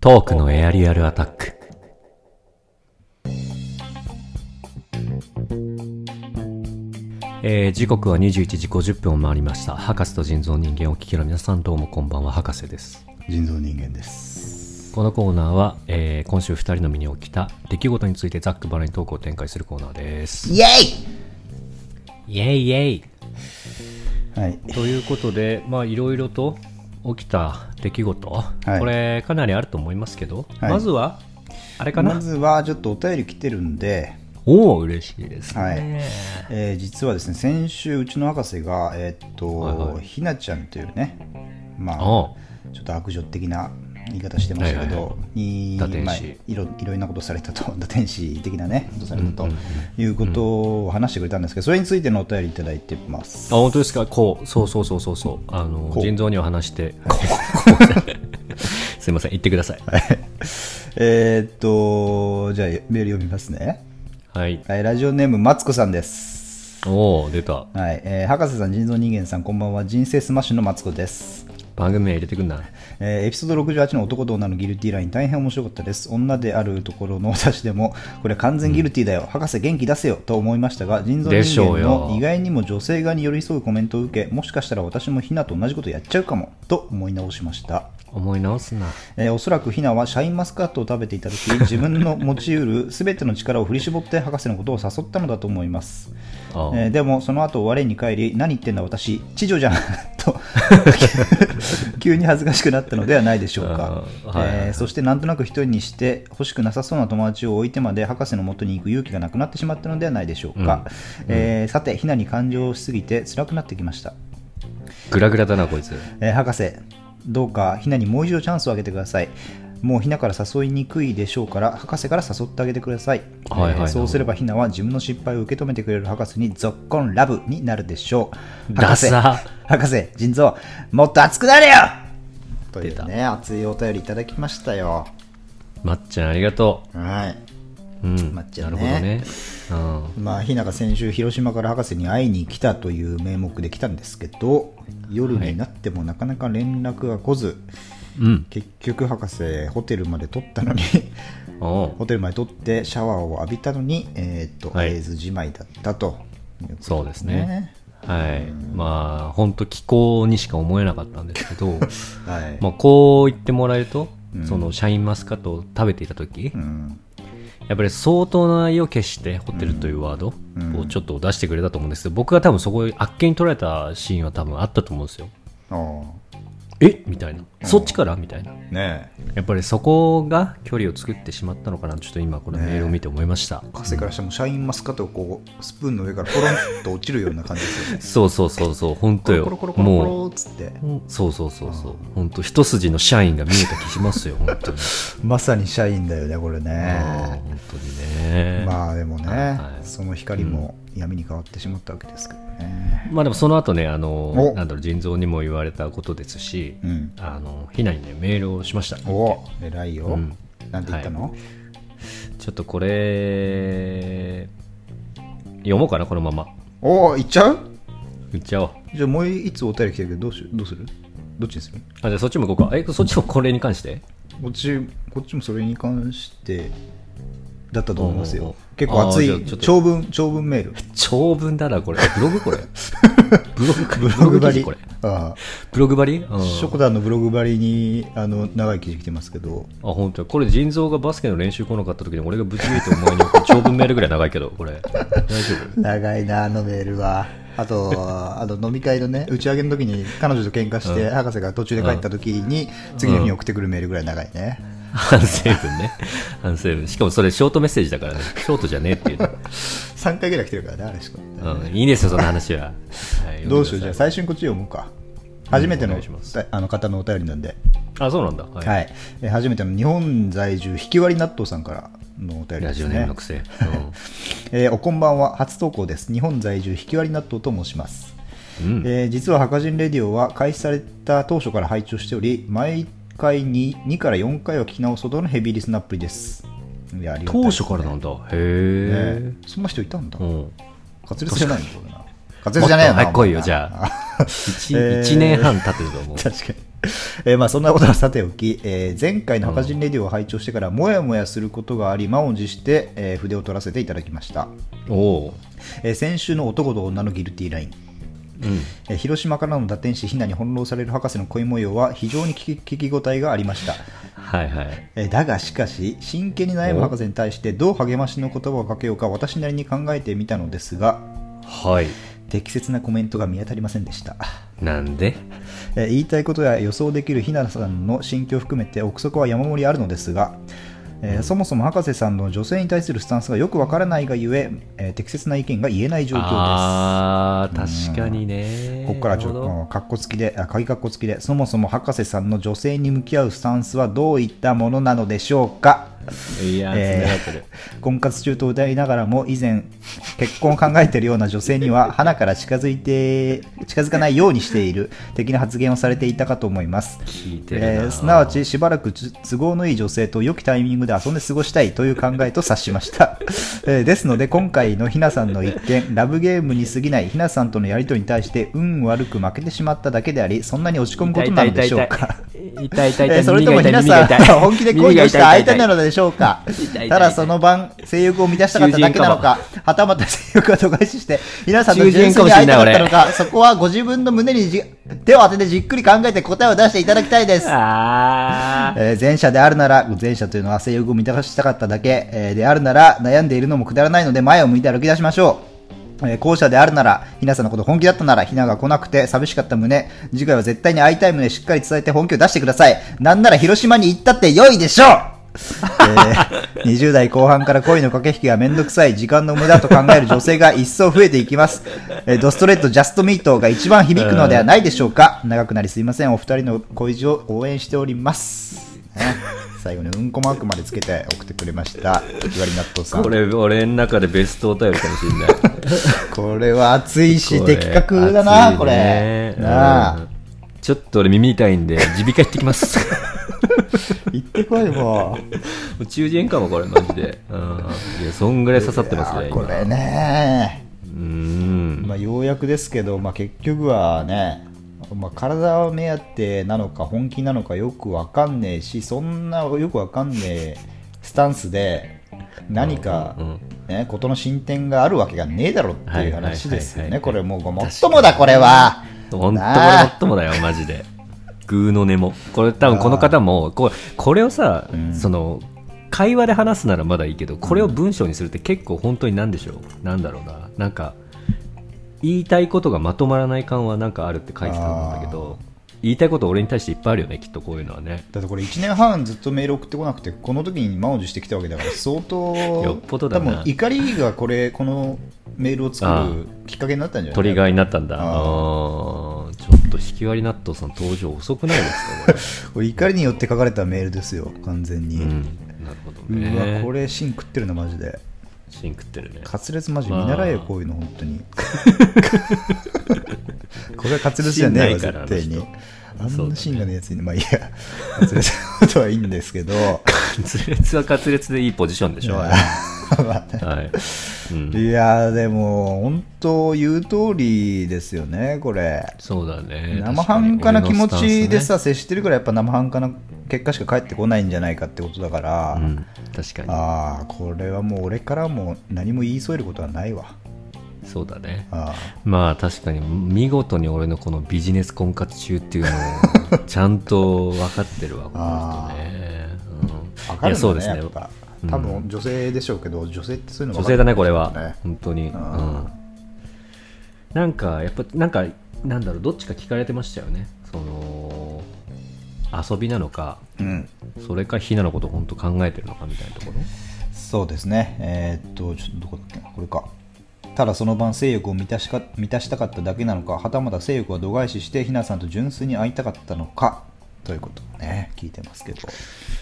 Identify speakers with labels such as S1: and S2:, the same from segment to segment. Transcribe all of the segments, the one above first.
S1: トークのエアリアルアタック。えー時刻は21時50分を回りました。博士と人造人間をお聞きの皆さんどうもこんばんは、博士です。
S2: 人造人間です
S1: このコーナーは、えー今週2人の身に起きた出来事についてざっくばらんにトークを展開するコーナーです。
S2: イエ
S1: イェイイェイ
S2: イはい
S1: ということで、まあ、いろいろと起きた出来事、
S2: い
S1: これ、かなりあると思いますけど、
S2: はい
S1: まずは、あれかな、
S2: まずはちょっとお便り来てるんで、
S1: おお、嬉しいですね。
S2: はいえー実はですね先週うちの博士が、えーっと
S1: はいはい
S2: ひなちゃんというね、まあ、
S1: おう
S2: ちょっと悪女的な言い方してましたけど、
S1: はいはいは
S2: に
S1: 堕天使
S2: まあいろいろんなことされたと 堕天使的なねことされたと、いうことを話してくれたんですけどそれについてのお便りいただいてます
S1: あ本当ですかこうそうそうそうそうそうあの
S2: こう
S1: 腎臓には話してこうこうじゃない すいません言ってくださいはい、
S2: えーっとじゃあメール読みますね、はい、ラジオネームマツコさんです
S1: おお出た
S2: はい、えー博士さん、人造人間さん、こんばんは、人生スマッシュのマツコです。
S1: 番組名入れてくんな
S2: えーエピソード68の男と女のギルティーライン、大変面白かったです。女であるところの私でも、これ完全ギルティーだよ、博士元気出せよと思いましたが、人造
S1: でし
S2: 人
S1: ょう
S2: 間
S1: よ
S2: の意外にも女性側に寄り添うコメントを受け、もしかしたら私もヒナと同じことやっちゃうかも、と思い直しました。
S1: 思い直すな
S2: えーおそらくヒナはシャインマスカットを食べていた時自分の持ち得る全ての力を振り絞って博士のことを誘ったのだと思います、え
S1: ああ
S2: ーでもその後我に返り何言ってんだ私知女じゃんと 急に恥ずかしくなったのではないでしょうか、
S1: ああはいはいはい
S2: えーそしてなんとなく一人にして欲しくなさそうな友達を置いてまで博士の元に行く勇気がなくなってしまったのではないでしょうか、えーさてヒナに感情をしすぎて辛くなってきました
S1: グラグラだなこいつ
S2: えー博士どうかひなにもう一度チャンスをあげてくださいもうひなから誘いにくいでしょうから博士から誘ってあげてください、
S1: はいはい
S2: えーそうすればひなは自分の失敗を受け止めてくれる博士にぞっこんラブになるでしょう
S1: ダ
S2: 博士
S1: サ
S2: 博士腎臓もっと熱くなれよというね熱いお便りいただきましたよ
S1: まっちゃんありがと
S2: はい、
S1: ううん
S2: まっちゃん
S1: な
S2: ね
S1: るほどねうん
S2: まあ、ひなが先週広島から博士に会いに来たという名目で来たんですけど夜になってもなかなか連絡が来ず、
S1: うん
S2: 結局博士ホテルまで撮ったのに
S1: おう
S2: ホテルまで撮ってシャワーを浴びたのにえーっと、
S1: はい
S2: 会えずじまいだったということ
S1: そうですねはいまあ本当気候にしか思えなかったんですけ ど
S2: はい、
S1: まあこう言ってもらえるとそのシャインマスカットを食べていた時、
S2: うん
S1: やっぱり相当な意を決してホテルというワードをちょっと出してくれたと思うんですけど、僕が多分そこあっけに取られたシーンは多分あったと思うんですよ。
S2: あ
S1: えみたいな。そっちからみたいな。
S2: あねえ
S1: やっぱりそこが距離を作ってしまったのかなちょっと今このメールを見て思いました。
S2: 博士からしてもシャインマスカットをこうスプーンの上からコロンと落ちるような感じです よね
S1: そうそうそうそう、本当よ。
S2: コロコロコロコロコ
S1: も
S2: ロっつって
S1: う、そうそうそうそう。本当一筋の社員が見えた気しますよ、本当に。
S2: まさにシャインだよねこれ
S1: ああ
S2: ね
S1: 本当にね。まあ、
S2: まあでもね、
S1: はい
S2: その光も闇に変わってしまったわけですけどね
S1: でもその後ね、あの
S2: お、
S1: なんだろう、腎臓にも言われたことですし、
S2: うん
S1: あの、ひなにね、メールをしました。
S2: お偉いよ、
S1: うん
S2: なんて言ったの、
S1: ちょっとこれ、読もうかな、このまま。
S2: おお行っちゃう
S1: 言っちゃおう。
S2: じゃあもういつお便り来てるけどどうしどうするどっちにする
S1: あ、じゃあそっちも行こうか。え、そっちもこれに関して
S2: こっちこっちもそれに関してだったと思います
S1: おうおう
S2: よ
S1: おう
S2: 結構熱
S1: あー
S2: い
S1: じゃあちょっと
S2: 長文長文メール
S1: 長文だな、これ。ブログ これ。ブログか
S2: ブログ張
S1: 記事
S2: り
S1: これ。
S2: あ
S1: ブログ張りうん。
S2: あ
S1: あ、
S2: ショコダンのブログ張りにあの長い記事来てますけど
S1: 本当だこれ、腎臓がバスケの練習来なかった時に俺がぶち抜いてお前に送る長文メールぐらい長いけど、これ。大丈
S2: 長いなあのメールはあとあの飲み会のね打ち上げの時に彼女と喧嘩して、博士が途中で帰った時に、次の日に送ってくるメールぐらい長いね、
S1: 夫反省文ね。反省文。しかもそれショートメッセージだからね。ショートじゃねえっていうね。
S2: 3回ぐらい来てるからねあれしか
S1: うん。いいですよ、その話は。はい
S2: どうしようじゃあ最初にこっち読もうか初めて
S1: お
S2: の,、
S1: 願いします
S2: あの方のお便りなんで
S1: あ、そうなんだ。は
S2: はいい、えー初めての日本在住ひきわり納豆さんからのお便り
S1: ラ
S2: で
S1: ジ
S2: す
S1: オネーム
S2: ね
S1: のくせ。
S2: えーおこんばんは初投稿です日本在住ひきわり納豆と申します、
S1: うん。うん
S2: えー実は「博人レディオ」は開始された当初から拝聴しており毎回に2から4回は聞き直すほどのヘビーリスナーアプリですいやありがたい
S1: 当
S2: です
S1: 初
S2: ね
S1: からなんだ。へ
S2: ね
S1: え。
S2: そんな人いたんだ、
S1: うん。
S2: 滑舌じゃないのこれな滑舌じゃないよな
S1: もっとはい来いよじゃ
S2: あ
S1: 1, 年半経ってると思う。
S2: 確かにえーまあ、そんなことはさておき、えー前回の墓人レディオを拝聴してから、もやもやすることがあり、満を持して、えー筆を取らせていただきました。
S1: おお
S2: えー先週の男と女のギルティーライン。
S1: ー。うん。
S2: えー広島からの打天使ヒナに翻弄される博士の恋模様は非常に聞き聞き応えがありました。
S1: はいはい。
S2: えーだがしかし真剣に悩む博士に対してどう励ましの言葉をかけようか私なりに考えてみたのですが
S1: はい。
S2: 適切なコメントが見当たりませんでした、
S1: なんで
S2: えー言いたいことや予想できるひなさんの心境を含めて憶測は山盛りあるのですが、えーそもそも博士さんの女性に対するスタンスがよくわからないがゆええー適切な意見が言えない状況です
S1: あー、確かにね。
S2: ここからちょっ
S1: なるほど
S2: と、かっこつきで、あ鍵かっこつきで、そもそも博士さんの女性に向き合うスタンスはどういったものなのでしょうか
S1: いやー、
S2: え
S1: つ
S2: ー
S1: ながってる。
S2: 婚活中と歌いながらも以前結婚を考えているような女性には花から近づいて近づかないようにしている的な発言をされていたかと思います
S1: 聞いてるな、
S2: えーすなわちしばらくつ都合のいい女性と良きタイミングで遊んで過ごしたいという考えと察しました、 えーですので今回のひなさんの一見ラブゲームに過ぎないひなさんとのやり取りに対して運悪く負けてしまっただけでありそんなに落ち込むことなのでしょうか
S3: 痛い痛い痛い痛い。
S2: えーそれとも
S3: 耳が
S2: 皆さん
S3: 痛い耳が痛い
S2: 本気で恋をした相手な
S3: 耳が痛い痛い
S2: のでしょうか
S3: 痛い
S2: ただその晩性欲を満たしたかっただけなのかはたまた性欲が度外視して皆さんと純粋に会いたかったのかそこはご自分の胸にじ手を当ててじっくり考えて答えを出していただきたいです
S3: あー
S2: えー前者であるなら前者というのは性欲を満たしたかっただけ、えーであるなら悩んでいるのもくだらないので前を向いて歩き出しましょうえー後者であるなら、ひなさんのこと本気だったなら、ひなが来なくて寂しかった胸、次回は絶対に会いたい胸しっかり伝えて本気を出してください。なんなら広島に行ったって良いでしょうえー20代後半から恋の駆け引きがめんどくさい、時間の無駄と考える女性が一層増えていきます。えードストレート、ジャストミートが一番響くのではないでしょうか。長くなりすいません。お二人の恋路を応援しております。ね、最後にうんこマークまでつけて送ってくれました。ひわり納豆さん。
S1: これ、俺の中でベストお便りかもしれない。
S2: これは熱いし、
S1: これ
S2: 的確だな、
S1: 熱いね
S2: これ。な
S1: う
S2: あ
S1: ん。ちょっと俺耳痛いんで、耳鼻科行ってき ます。
S2: 行ってこい、も
S1: もう中耳炎かも、これ、マジで。うん。いや、そんぐらい刺さっ
S2: う。
S1: てます
S2: い
S1: ね。
S2: やこれね。
S1: 今うん。
S2: まあ、ようやくですけど、まあ、結局はね、まあ、体を目当てなのか、本気なのかよくわかんねえし、そんなよくわかんねえスタンスで、何か、
S1: うんうんうん
S2: ね、ことの進展があるわけがねえだろっていう話です
S1: はいはい
S2: よね、
S1: はいはい
S2: これもうごもっともだ、これは。
S1: ほんと、これも
S2: なあ
S1: っともだよ、マジで。グーの根も。これ、多分この方も、ここれをさ、
S2: うん
S1: その、会話で話すならまだいいけど、これを文章にするって結構本当に何でしょうなんだろうな。なんか、言いたいことがまとまらない感はなんかあるって書いてたんだけど、言いたいこと俺に対していっぱいあるよね、きっとこういうのはね。
S2: だってこれ1年半ずっとメール送ってこなくてこの時に満を持してきたわけだから相当
S1: よっぽどだな
S2: 多分怒りがこれこのメールを作
S1: あ
S2: るきっかけになったんじゃない
S1: トリガーになったんだ。
S2: あ
S1: あ
S2: ー
S1: ーちょっと引き割り納豆さん登場遅くないですか、
S2: これ怒りによって書かれたメールですよ完全に、
S1: こ
S2: う
S1: れ。うん。なるほど
S2: わこ
S1: ね。
S2: れ芯食ってるなマジで
S1: シンクってるね。
S2: 滑舌マジ
S1: まあ
S2: 見習えよこういうの本当に これは滑舌じゃねえわ
S1: 芯ないから
S2: 絶対にあ
S1: あの人
S2: んな芯がねえやつにねまあいいや滑舌のことはいいんですけど
S1: 滑裂は滑裂でいいポジションでしょ。
S2: ま
S1: は
S2: あまあね
S1: い。うん。
S2: いやーでも本当言う通りですよねこれ
S1: そうだね。
S2: 生半可な気持ちで
S1: 確か
S2: さ、接してるからやっぱ生半可な結果しか返ってこないんじゃないかってことだから、
S1: に俺のスタンスね。うん。確か
S2: ああこれはもう俺からも何も言い添えることはないわ
S1: に。そうだね。
S2: あ
S1: まあ確かに、見事に俺のこのビジネス婚活中っていう のを、ちゃんと分かってるわ、この人ね。
S2: あ分
S1: うん。
S2: か
S1: いや、
S2: る
S1: そ
S2: ん
S1: う
S2: だ
S1: で
S2: ね
S1: すね
S2: やっ。ぱ
S1: うん
S2: 多分女性でしょうけど、女性ってそういうの
S1: 女性だね
S2: 分か
S1: これ
S2: るん
S1: は、
S2: ですよね
S1: 本当に、
S2: う
S1: うんん、なんかやっぱなんかなんだろうどっちか聞かれてましたよねその遊びなのか
S2: うん
S1: それかひなのこと本当考えてるのかみたいなところ
S2: そうですね、えーっと、ちょっとどこだっけな、これか。ただその晩、性欲を満たしか満たしたかっただけなのか、はたまた性欲は度外視して、ひなさんと純粋に会いたかったのか、ということをね、聞いてますけど、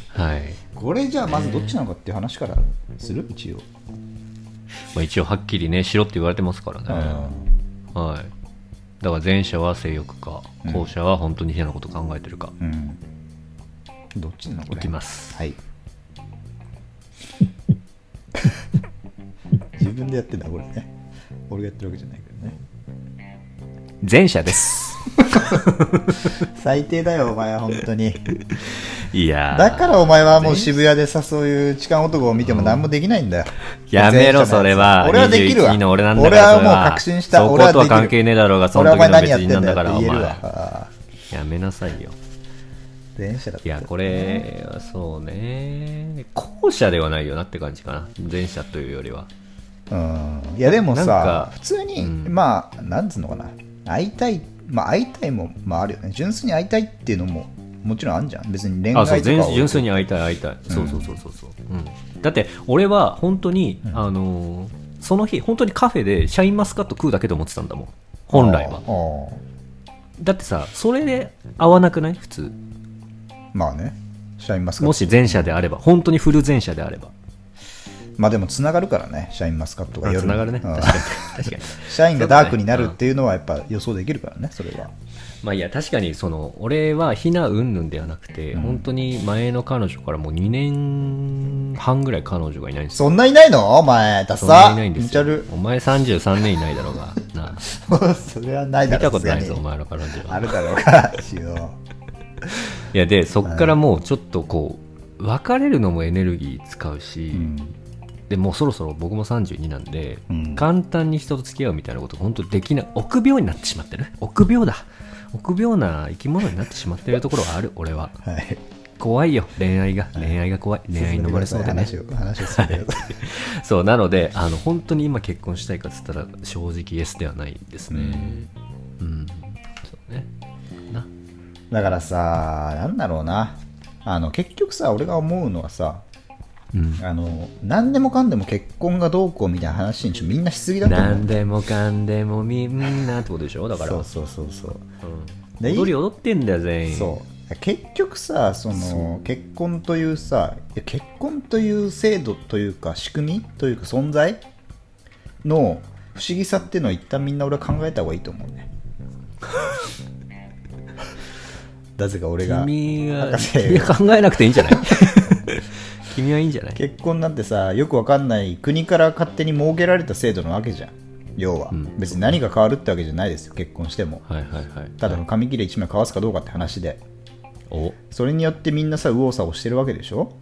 S1: はい、
S2: これじゃあ、まずどっちなのかっていう話からする、一応。
S1: まあ、一応はっきりねしろって言われてますからね、はいだから前者は性欲か後者は本当にひなのこと考えてるか、
S2: うん。うんどっちなのこれ
S1: いきます
S2: はい。自分でやってんだ、これね。俺がやってるわけじゃないけどね。
S1: 前者です
S2: 最低だよ、お前は本当に。
S1: いやー
S2: だからお前はもう渋谷でさ、そういう痴漢男を見ても何もできないんだよ。
S1: やめろ、それは。
S2: 俺はできるわ。
S1: 21の俺なんだから
S2: 俺は
S1: それ
S2: もう確信した。
S1: そこ
S2: 俺は
S1: とは関係ねえだろうが、その時
S2: 俺はお前
S1: の
S2: 何や
S1: 別
S2: ってん
S1: 人なんだから、お
S2: 言え
S1: 前
S2: る。わ。あー
S1: やめなさいよ。
S2: 電車だった
S1: いや、これ、そうね。後者ではないよなって感じかな。前者というよりは。
S2: うんいやでも
S1: なん
S2: さ
S1: か、
S2: 普通に、
S1: うん
S2: まあ、なんつうのかな、会いたい、まあ、会いたいも、まあ、あるよね、純粋に会いたいっていうのも、もちろんあるじゃん、別に恋愛
S1: あ
S2: とか
S1: そう純
S2: は
S1: 純粋に会いたい会いたい、そうそうそうそうそう、うん、だって俺は本当に、あのーその日本当にカフェでシャインマスカット食うだけと思ってたんだもん本来は
S2: あ
S1: だってさそれで会わなくない普通
S2: あまあね、シャインマスカッ
S1: も
S2: ト、
S1: し前者であれば本当にフル前者であれば
S2: まあでもつながるからね、シャインマスカットが夜
S1: つながるね
S2: うん
S1: 確かに確かに
S2: シャインがダークになるっていうのは、やっぱ予想できるからね、それは。
S1: まあいいや確かにその俺はひなうんぬんではなくて、本当に前の彼女からもう2年半ぐらい彼女がいないんですよ
S2: そんないないのお前、ダ
S1: そんな
S2: サ
S1: にいないんで
S2: め
S1: す
S2: ちゃ
S1: よ
S2: る
S1: お前33年いないだろうがな
S2: それはないだ
S1: 見た
S2: ろ
S1: ことない
S2: さす
S1: ぞ
S2: が
S1: お
S2: に
S1: 前の彼女は
S2: あるだろうか、しよ
S1: いやでそっからもうちょっとこう別れるのもエネルギー使うし、
S2: う。うん
S1: でもうそろそろ僕も32なんで、
S2: うん
S1: 簡単に人と付き合うみたいなことが本当できない臆病になってしまってる臆病だ臆病な生き物になってしまってるところはある俺は
S2: はい、
S1: 怖いよ恋愛が恋愛が怖い恋愛に溺れそうでね
S2: 進んでください話を話を進めてください
S1: そうなのであの本当に今結婚したいかっつったら正直イエスではないですねうん、そうねな
S2: だからさ、なんだろうな。あの、結局さ、俺が思うのはさ、
S1: うん
S2: あの、何でもかんでも結婚がどうこうみたいな話にちょみんなしすぎだと思う。
S1: 何でもかんでもみんなってことでしょだから
S2: そうそうそうそう。
S1: うん、
S2: で
S1: 踊り踊ってんだよ全員
S2: そう。結局さ、その、結婚というさ、いや結婚という制度というか、仕組みというか存在の不思議さっていうのを一旦みんな俺は考えた方がいいと思う ね。なぜか俺が。
S1: 君は
S2: 博士
S1: 君は考えなくていいんじゃ ない君はいいんじゃない
S2: 結婚なんてさよくわかんない国から勝手に設けられた制度なわけじゃん要は、
S1: うん
S2: 別に何が変わるってわけじゃないですよ結婚しても
S1: はいはいはい
S2: ただの紙切れ一枚交わすかどうかって話で
S1: お
S2: それによってみんなさ右往左往してるわけでしょ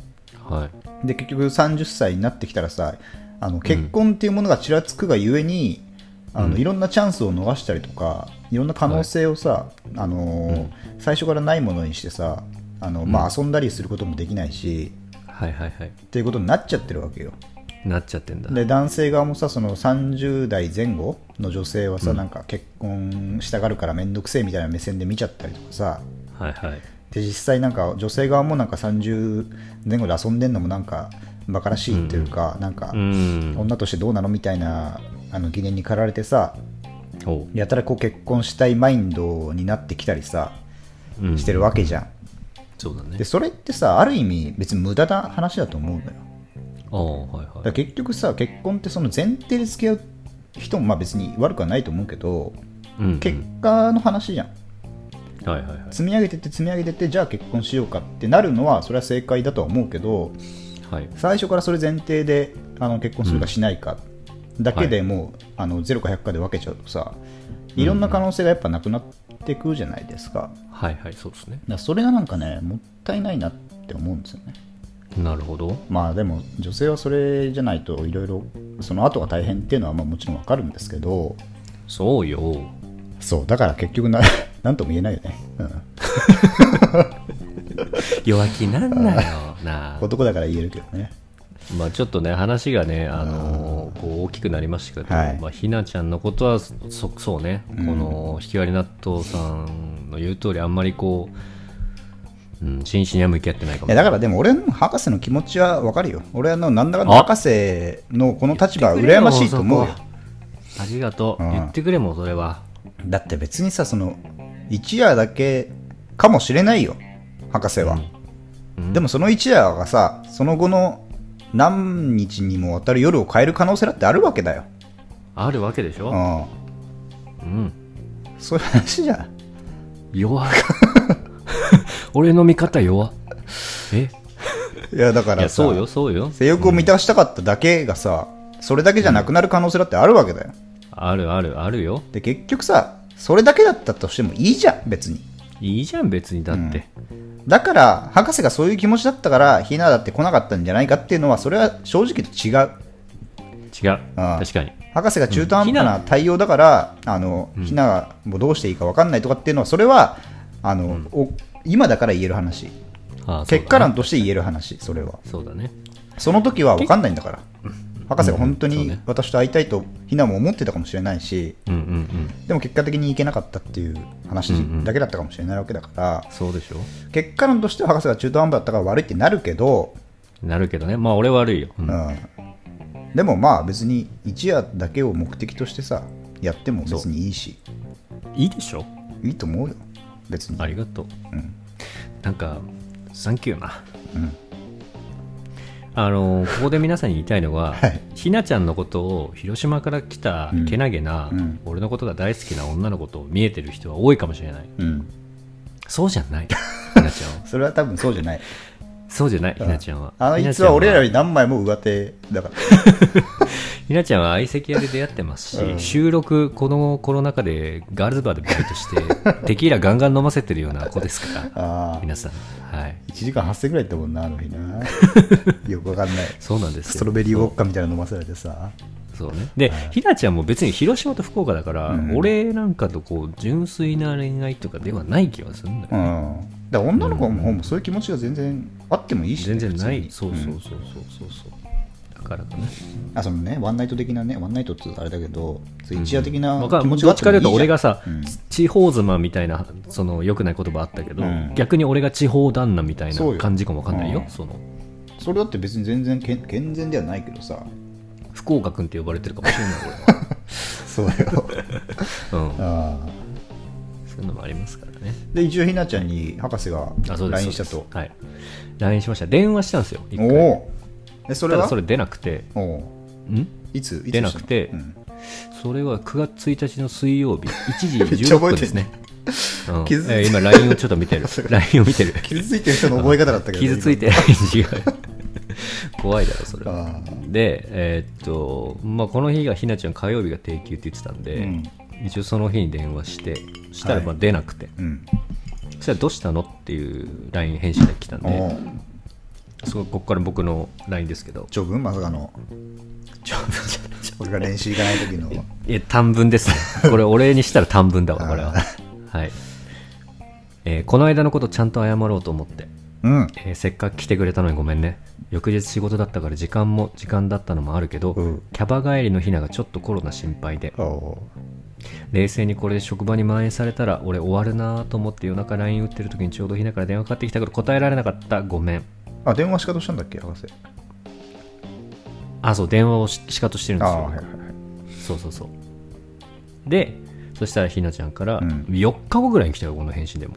S1: はい
S2: で結局30歳になってきたらさあの結婚っていうものがちらつくがゆえに、あのいろんなチャンスを逃したりとかいろんな可能性をさ、あのー最初からないものにしてさあの、まあ、遊んだりすることもできないし、
S1: はいはいはい
S2: っていうことになっちゃってるわけよ
S1: なっちゃってんだ
S2: で男性側もさその30代前後の女性はさ、なんか結婚したがるから面倒くせえみたいな目線で見ちゃったりとかさ
S1: はいはい
S2: で実際なんか女性側もなんか30前後で遊んでんのもなんか馬鹿らしいっていうか、なんか、
S1: うん
S2: 女としてどうなのみたいなあの疑念に駆られてさ
S1: お
S2: やたらこう結婚したいマインドになってきたりさ
S1: うん
S2: してるわけじゃん、
S1: そうだね
S2: でそれってさある意味別に無駄な話だと思うのよ
S1: ああはいは
S2: だ
S1: い
S2: から結局さ結婚ってその前提で付き合う人もまあ別に悪くはないと思うけど
S1: うんうん
S2: 結果の話じゃん
S1: はいはいはい
S2: 積み上げてって積み上げてってじゃあ結婚しようかってなるのはそれは正解だとは思うけど
S1: はい
S2: 最初からそれ前提であの結婚するかしないかだけでもう、あの0か100かで分けちゃうとさいろんな可能性がやっぱなくなってくじゃないですかだか
S1: はいはいそうですね
S2: らそれがなんかねもったいないなって思うんですよね
S1: なるほど
S2: まあでも女性はそれじゃないといろいろその後が大変っていうのはまあもちろんわかるんですけど
S1: そうよ
S2: そうだから結局な なんとも言えないよね、うん、
S1: 弱気なんだよ なあ
S2: 男だから言えるけどね
S1: まあちょっとね話がね、あのーこう大きくなりましたけど、
S2: はい
S1: まあ、ひなちゃんのことはそそうね、このひきわり納豆さんの言う通りあんまりこう、うん、真摯には向き合ってないか
S2: い
S1: も
S2: やだからでも俺の博士の気持ちはわかるよ俺はのなんだかんだ
S1: あ
S2: 博士のこの立場は羨ましいと思うよ
S1: ありがとう、
S2: うん
S1: 言ってくれもうそれは
S2: だって別にさその一夜だけかもしれないよ博士は、でもその一夜がさその後の何日にもわたる夜を変える可能性だってあるわけだよ、
S1: あるわけでし
S2: う
S1: ょ、
S2: ん、
S1: うん、
S2: そういう話じゃん
S1: 弱 俺の見方弱え
S2: いやだか
S1: い
S2: ら
S1: や
S2: さ
S1: そうよそうよ
S2: 性欲を満たしたかっただけがさ、それだけじゃなくなる可能性だってあるわけだよ
S1: あるあるあるよ
S2: で結局さそれだけだったとしてもいいじゃん別に
S1: いいじゃん別にだって、
S2: だから博士がそういう気持ちだったからひなだって来なかったんじゃないかっていうのはそれは正直と違う
S1: 違う
S2: ああ
S1: 確かに
S2: 博士が中途半
S1: うん
S2: 端
S1: ひ
S2: な
S1: な
S2: 対応だから、あのひながもうどうしていいか分かんないとかっていうのはそれはあの、お今だから言える話
S1: ああそうだね
S2: 結果論として言える話それは
S1: そうだね
S2: その時は分かんないんだから博士が本当
S1: うんそう
S2: に
S1: ね
S2: 私と会いたいとひなも思ってたかもしれないし
S1: うんうんうん
S2: でも結果的に行けなかったっていう話
S1: うんうん
S2: だけだったかもしれないわけだから、
S1: そうでしょ
S2: 結果論としては博士が中途半端だったから悪いってなるけど、
S1: なるけどねまあ俺悪いよ、うん
S2: うん、でもまあ別に一夜だけを目的としてさやっても別にいいし
S1: いいでしょ
S2: いいと思うよ別に
S1: ありがとう、
S2: うん
S1: なんかサンキューな
S2: うん
S1: あのここで皆さんに言いたいのは、
S2: はい
S1: ひなちゃんのことを広島から来た
S2: うん
S1: けなげな、
S2: うん
S1: 俺のことが大好きな女の子と見えてる人は多いかもしれない
S2: うん
S1: そうじゃないひなちゃん は
S2: それは多分そうじゃない
S1: そうじゃ ないひなちゃんは
S2: あの
S1: ひ
S2: い
S1: な
S2: つ
S1: ちゃん
S2: は俺らより何枚も上手だから
S1: ひなちゃんは相席屋で出会ってますし、
S2: うん
S1: 収録このコロナ禍でガールズバーでバイトして テキーラガンガン飲ませてるような子ですから
S2: ああ
S1: 皆さんはい
S2: 1時間8000ぐらいだったもんなあの 日なよくわかんない
S1: そうなんですよ
S2: ストロベリーウォッカみたいなの飲まされてさ
S1: そうね。で、ひなちゃんも別に広島と福岡だから、
S2: うん
S1: 俺なんかとこう、純粋な恋愛とかではない気がするんだ
S2: う
S1: よ。
S2: んだから女の子の方もそういう気持ちが全然あってもいいしね、
S1: 全然ない。
S2: 普通
S1: そ
S2: に
S1: うそうそ
S2: うん
S1: うそうそうそう。だからかね。
S2: あそのねワンナイト的なねワンナイトってあれだけどそういう一夜的な
S1: わか
S2: 気持
S1: る
S2: ちが
S1: ど
S2: あ
S1: っ
S2: っ
S1: ち
S2: ても
S1: か
S2: い
S1: といと
S2: いうじゃん
S1: 俺がさ、
S2: うん
S1: 地方妻みたいなその良くない言葉あったけど、
S2: うん
S1: 逆に俺が地方旦那みたい
S2: そう
S1: な
S2: よ
S1: 感じかもわかんないよ
S2: うん
S1: その
S2: それだって別に全然けん健全ではないけどさ
S1: 福岡君って呼ばれてるかもしれない
S2: そうだよ
S1: 俺は、うん、
S2: ああ
S1: そういうのもありますからね
S2: で一応ひなちゃんに博士が
S1: あそうです
S2: LINE した
S1: そう
S2: と
S1: ですはい LINE しました電話したんですよ一
S2: お
S1: 回
S2: おえそれ
S1: た
S2: は
S1: だそれ出なくて
S2: おお
S1: ん
S2: いついつ
S1: 出なくて
S2: したのうん
S1: それは9月1日の水曜日1
S2: めっ
S1: 時
S2: ちゃ
S1: 16
S2: 覚え
S1: 分
S2: て
S1: で
S2: る
S1: す
S2: ね
S1: ね。うん
S2: 傷ついて
S1: えー今 LINE をちょっと見 てる LINE を見てる
S2: 傷ついてる人の覚え方だったけど ね、
S1: 傷ついてない違う 怖いだろそれ
S2: 今
S1: は
S2: ああ
S1: でえーっと、まあ、この日がひなちゃん火曜日が定休って言ってたんで、
S2: うん
S1: 一応その日に電話してしたら
S2: はい
S1: まあ出なくて、
S2: うん
S1: そしたらどうしたのっていう LINE 返信が来たん
S2: お
S1: で
S2: お
S1: そうここから僕の LINE ですけど
S2: 長文まさかの
S1: ちょちょちょ
S2: 俺が練習行かない時の
S1: いや短文ですねこれお礼にしたら短文だわこれは
S2: あ
S1: はい、えーこの間のことちゃんと謝ろうと思って、
S2: うん
S1: えーせっかく来てくれたのにごめんね翌日仕事だったから時間も時間だったのもあるけど、
S2: うん
S1: キャバ帰りのひながちょっとコロナ心配で
S2: おお
S1: 冷静にこれで職場に蔓延されたら俺終わるなと思って夜中 LINE 打ってる時にちょうどひなから電話かかってきたから答えられなかったごめん
S2: あ電話しかとしたんだっけ博士
S1: あそう電話をししかとしてるん
S2: あ
S1: です
S2: あ
S1: よ
S2: はいはいはい
S1: そうそうそうでそしたらひなちゃんから
S2: うん
S1: 4日後ぐらいに来たよこの返信でも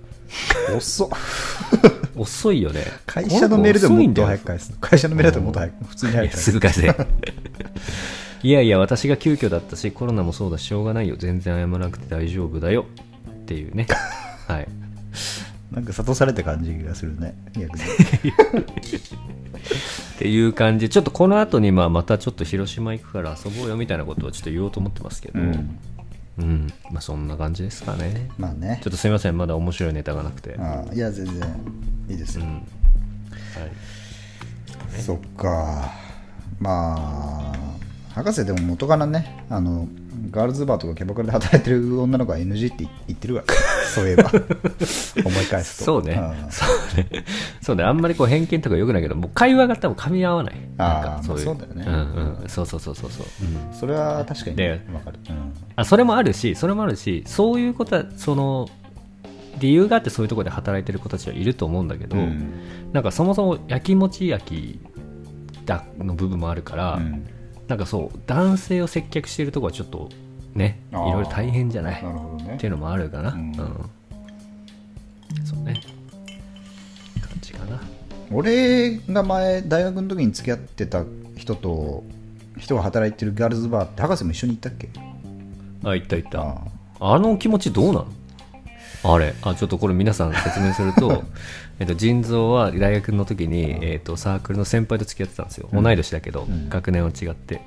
S2: 遅っ
S1: 遅いよね
S2: 会社のメールでももっと早く
S1: この子遅いんだよ
S2: 返す会社のメールだともっと早く普通に
S1: い
S2: 早
S1: や
S2: く返
S1: す
S2: す
S1: ぐ返せいやいや私が急遽だったしコロナもそうだししょうがないよ全然謝らなくて大丈夫だよっていうねはい
S2: なんか諭された感じがするね逆に
S1: っていう感じちょっとこの後にまあまたちょっと広島行くから遊ぼうよみたいなことはちょっと言おうと思ってますけど
S2: う
S1: うん、
S2: ん
S1: まあそんな感じですかね
S2: まあね
S1: ちょっとすみませんまだ面白いネタがなくて、
S2: ああいや全然いいです
S1: う
S2: よ
S1: んはい
S2: そっかまあ博士でも元からねあのガールズバーとかキャバクラで働いてる女の子は NG って言ってるわそうい えば思い返すと
S1: そうね
S2: ん。
S1: そうね。そうね。あんまりこう偏見とか良くないけど、もう会話が多分噛み合わない。なん
S2: あ
S1: か
S2: ー
S1: そういう。
S2: まあそうだよね
S1: うんうん。そうそうそうそうそう。うん
S2: それは確かにね
S1: で
S2: わかる、うん
S1: あ、それもあるし、それもあるし、そういうことは、その、理由があってそういうところで働いてる子たちはいると思うんだけど、
S2: うん
S1: なんかそもそもやきもち焼きだの部分もあるから、
S2: うん
S1: なんかそう、男性を接客してるとこはちょっとね、い
S2: あー
S1: ろいろ大変じゃない
S2: な
S1: っ
S2: るほどね
S1: ていうのもあるかな。
S2: う
S1: うんん。そうね。感じかな。
S2: 俺が前大学の時に付き合ってた人と人が働いてるガールズバーって博士も一緒に行ったっけ
S1: あ、いったいった。
S2: あ
S1: あの気持ちどうなのあれあちょっとこれ皆さん説明する とえっと腎臓は大学の時に、えっとサークルの先輩と付き合ってたんですよ、同い年だけど、
S2: ん
S1: 学年は違って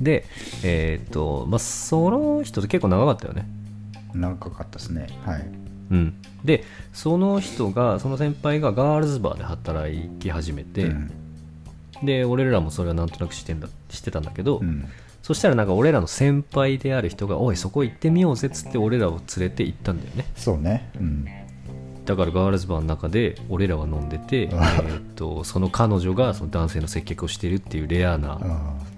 S1: でえっとまあその人と結構長かったよね
S2: 長かったですね。はい。
S1: うん、でその人がその先輩がガールズバーで働き始めて、
S2: うん
S1: で俺らもそれはなんとなくしてんだしてたんだけど、
S2: うん
S1: そしたらなんか俺らの先輩である人が「おいそこ行ってみようぜ」っつって俺らを連れて行ったんだよね
S2: そうね。うん。
S1: だからガールズバーの中で俺らは飲んでてえーっとその彼女がその男性の接客をしてるっていうレアな
S2: あー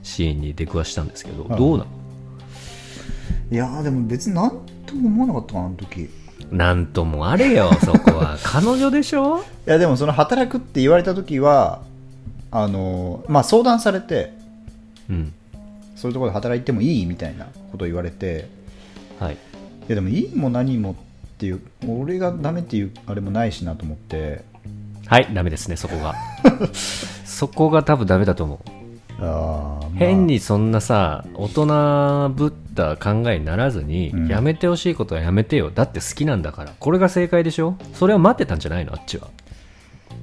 S1: シーンに出くわしたんですけど
S2: あ
S1: どうなの
S2: いやーでも別になんとも思わなかったかな、あの時。い
S1: なんともあ れよそこは彼女でしょ
S2: や、でもその働くって言われた時は、あのーまあ相談されて、
S1: うん
S2: そういうところで働いてもいいみたいなことを言われて、
S1: はい
S2: いやでもいいも何もっていう、俺がダメっていうあれもないしなと思って、
S1: はいダメですねそこ がそこが多分ダメだと思う
S2: あーまあ
S1: 変にそんなさ大人ぶった考えにならずに、
S2: うん
S1: やめてほしいことはやめてよだって好きなんだからこれが正解でしょそれを待ってたんじゃないのあっちは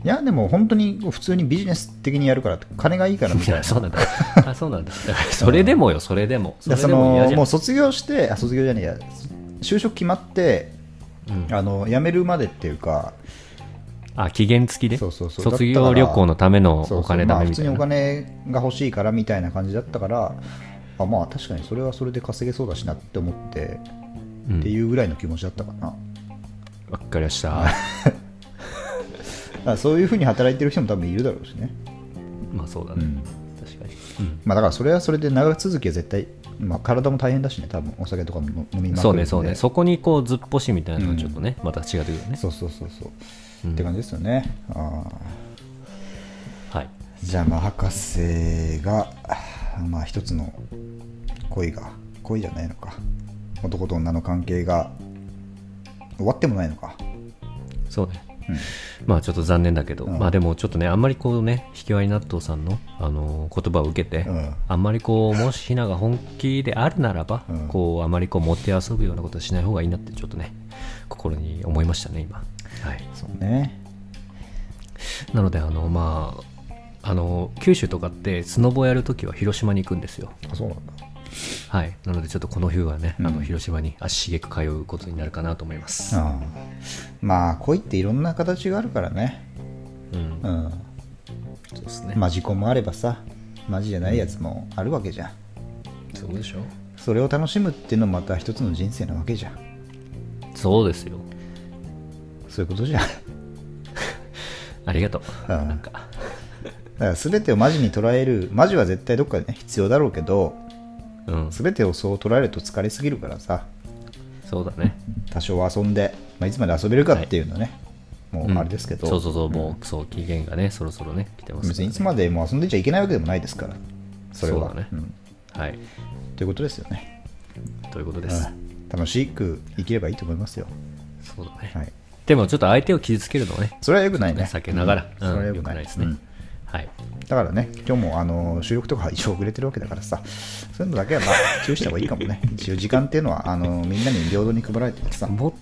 S1: い
S2: やでも本当に普通にビジネス的にやるからって金がいいからみ
S1: い
S2: たいな
S1: や そうなん だあそうなんだだからそれでもよそれでもそ
S2: だ
S1: れ
S2: からそ
S1: でも嫌
S2: の
S1: じゃん
S2: もう卒業してあ卒業じゃねえや就職決まって
S1: うん
S2: あの辞めるまでっていうか
S1: あ期限付きで
S2: そうそうそう
S1: 卒業旅行のためのお金だ
S2: だまあ
S1: め
S2: 普
S1: みた
S2: 通
S1: い
S2: に
S1: な
S2: お金が欲しいからみたいな感じだったからあまあ確かにそれはそれで稼げそうだしなって思って、
S1: うん
S2: っていうぐらいの気持ちだったかな
S1: わかりました
S2: だからそういうふうに働いてる人も多分いるだろうしね、
S1: まあそうだ
S2: う
S1: ね、
S2: ん
S1: 確かに、うん
S2: まあ、だからそれはそれで長続きは絶対、まあ、体も大変だしね多分お酒とかも飲飲みまく
S1: そ
S2: る
S1: うん
S2: で
S1: ねそうねそこにこうずっぽしみたいなのがちょっとね、また違ってくるよね
S2: そうそうそうそう、
S1: うん
S2: って感じですよねあー
S1: はい
S2: じゃあまあ博士がまあ一つの恋が恋じゃないのか男と女の関係が終わってもないのか
S1: そうね、まあちょっと残念だけど、
S2: うん
S1: まあでもちょっとねあんまりこうね引き割り納豆さんの、あのー言葉を受けて、
S2: うん
S1: あんまりこうもしひなが本気であるならば、
S2: うん
S1: こうあまりこう持って遊ぶようなことはしない方がいいなってちょっとね心に思いましたね今はい
S2: そうね
S1: なのであのまああの九州とかってスノボやるときは広島に行くんですよ
S2: あそうなんだ
S1: はいなのでちょっとこの冬はね、
S2: うん
S1: あの広島に足しげく通うことになるかなと思います、
S2: あーまあ恋っていろんな形があるからね
S1: うん
S2: うん
S1: そうですね、
S2: マジコンもあればさマジじゃないやつもあるわけじゃん
S1: そうでしょ
S2: それを楽しむっていうのもまた一つの人生なわけじゃん
S1: そうですよ
S2: そういうことじゃん
S1: ありがとう
S2: うん
S1: なんか
S2: だから全てをマジに捉えるマジは絶対どっかでね必要だろうけど
S1: うん
S2: 全てをそう捉えると疲れすぎるからさ
S1: そうだね。
S2: 多少は遊んで、まあ、いつまで遊べるかっていうのね、
S1: う
S2: もうんあれですけど、
S1: そうそうそう、もう、そう、期限がね、そろそろね、来てます
S2: 別
S1: から
S2: にいつまでも遊んでちゃいけないわけでもないですからそれは
S1: そうだね
S2: ん
S1: はい。
S2: ということですよね、
S1: ということです。
S2: うん楽しく生きればいいと思いますよ、
S1: そうだね。
S2: はい、
S1: でも、ちょっと相手を傷つけるのはね、
S2: それはよくないね
S1: ね避けながら、
S2: うんそれは
S1: う
S2: よ
S1: ん、
S2: く
S1: よく
S2: ない,、
S1: ないですね。
S2: うん
S1: はい。
S2: だからね今日もあの収録とか一応遅れてるわけだからさそういうのだけはまあ注意した方がいいかもね一応時間っていうのはあのみんなに平等に配られててさ
S1: も、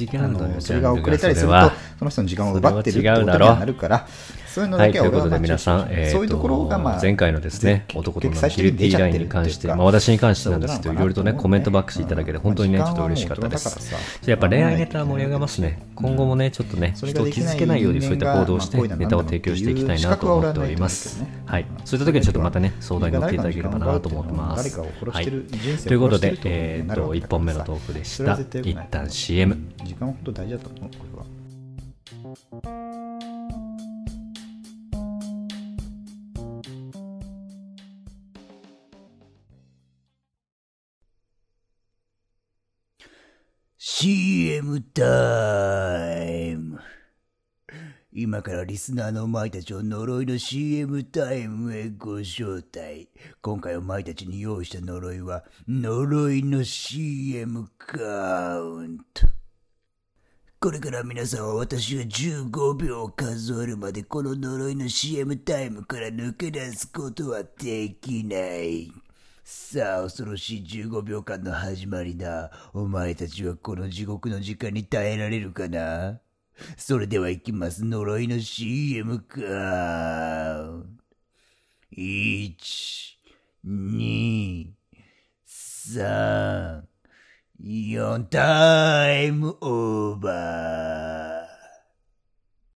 S1: 違う
S2: あ
S1: のよ、
S2: のそれが遅れたりする
S1: ジャンルが
S2: と
S1: それは
S2: その人の時間を奪ってる
S1: そ
S2: って
S1: れ
S2: こ
S1: は違
S2: とに
S1: う
S2: は
S1: だろ
S2: なるからそういうの
S1: は
S2: だ
S1: い、
S2: け
S1: とい
S2: は
S1: う
S2: 俺
S1: こ
S2: は
S1: と
S2: まあ
S1: で皆さん、えー
S2: そういうところがまあ
S1: 前回のですね、男と女
S2: 結局
S1: の
S2: 最
S1: ギ
S2: 終的
S1: ル
S2: に
S1: ティ
S2: 出
S1: ー
S2: ちゃ
S1: ラ
S2: っ
S1: イ
S2: て
S1: ン
S2: るっていう
S1: に
S2: か
S1: 関して、まあ私に関してなんですけど、いろいろとね、コメントバックしていただけて、本当にね、ちょっと嬉しかったです。ちょっとやっぱ恋愛ネタは盛り上がりますね。今後もね、ちょっとね、
S2: それ
S1: 人
S2: が
S1: を
S2: でき
S1: 傷
S2: ない
S1: つけないようにそういった行動をして、
S2: 人間が
S1: ネタを提供していきたいなと思っております
S2: まあ恋だ。な
S1: は
S2: ん
S1: い
S2: だっていう。
S1: そういった時はちょっとまたね、相談に乗っていただければなと思ってます。
S2: 誰かを殺
S1: は
S2: し
S1: い。
S2: て
S1: と
S2: る人生
S1: いう
S2: を
S1: こ
S2: 殺
S1: とで
S2: してる、と
S1: えーっと、1本目のトークでし
S2: それは
S1: た。
S2: 絶対良く
S1: 一
S2: ない
S1: 旦 CM。
S2: 時間は本当大事だと思うこれは
S4: 今からリスナーのお前たちを呪いの CM タイムへご招待。今回お前たちに用意した呪いは、呪いの CM カウント。これから皆さんは私が15秒を数えるまでこの呪いの CM タイムから抜け出すことはできない。さあ、恐ろしい15秒間の始まりだ。お前たちはこの地獄の時間に耐えられるかなそれでは行きます。呪いの CM か。1、2、3、 4タイムオーバー。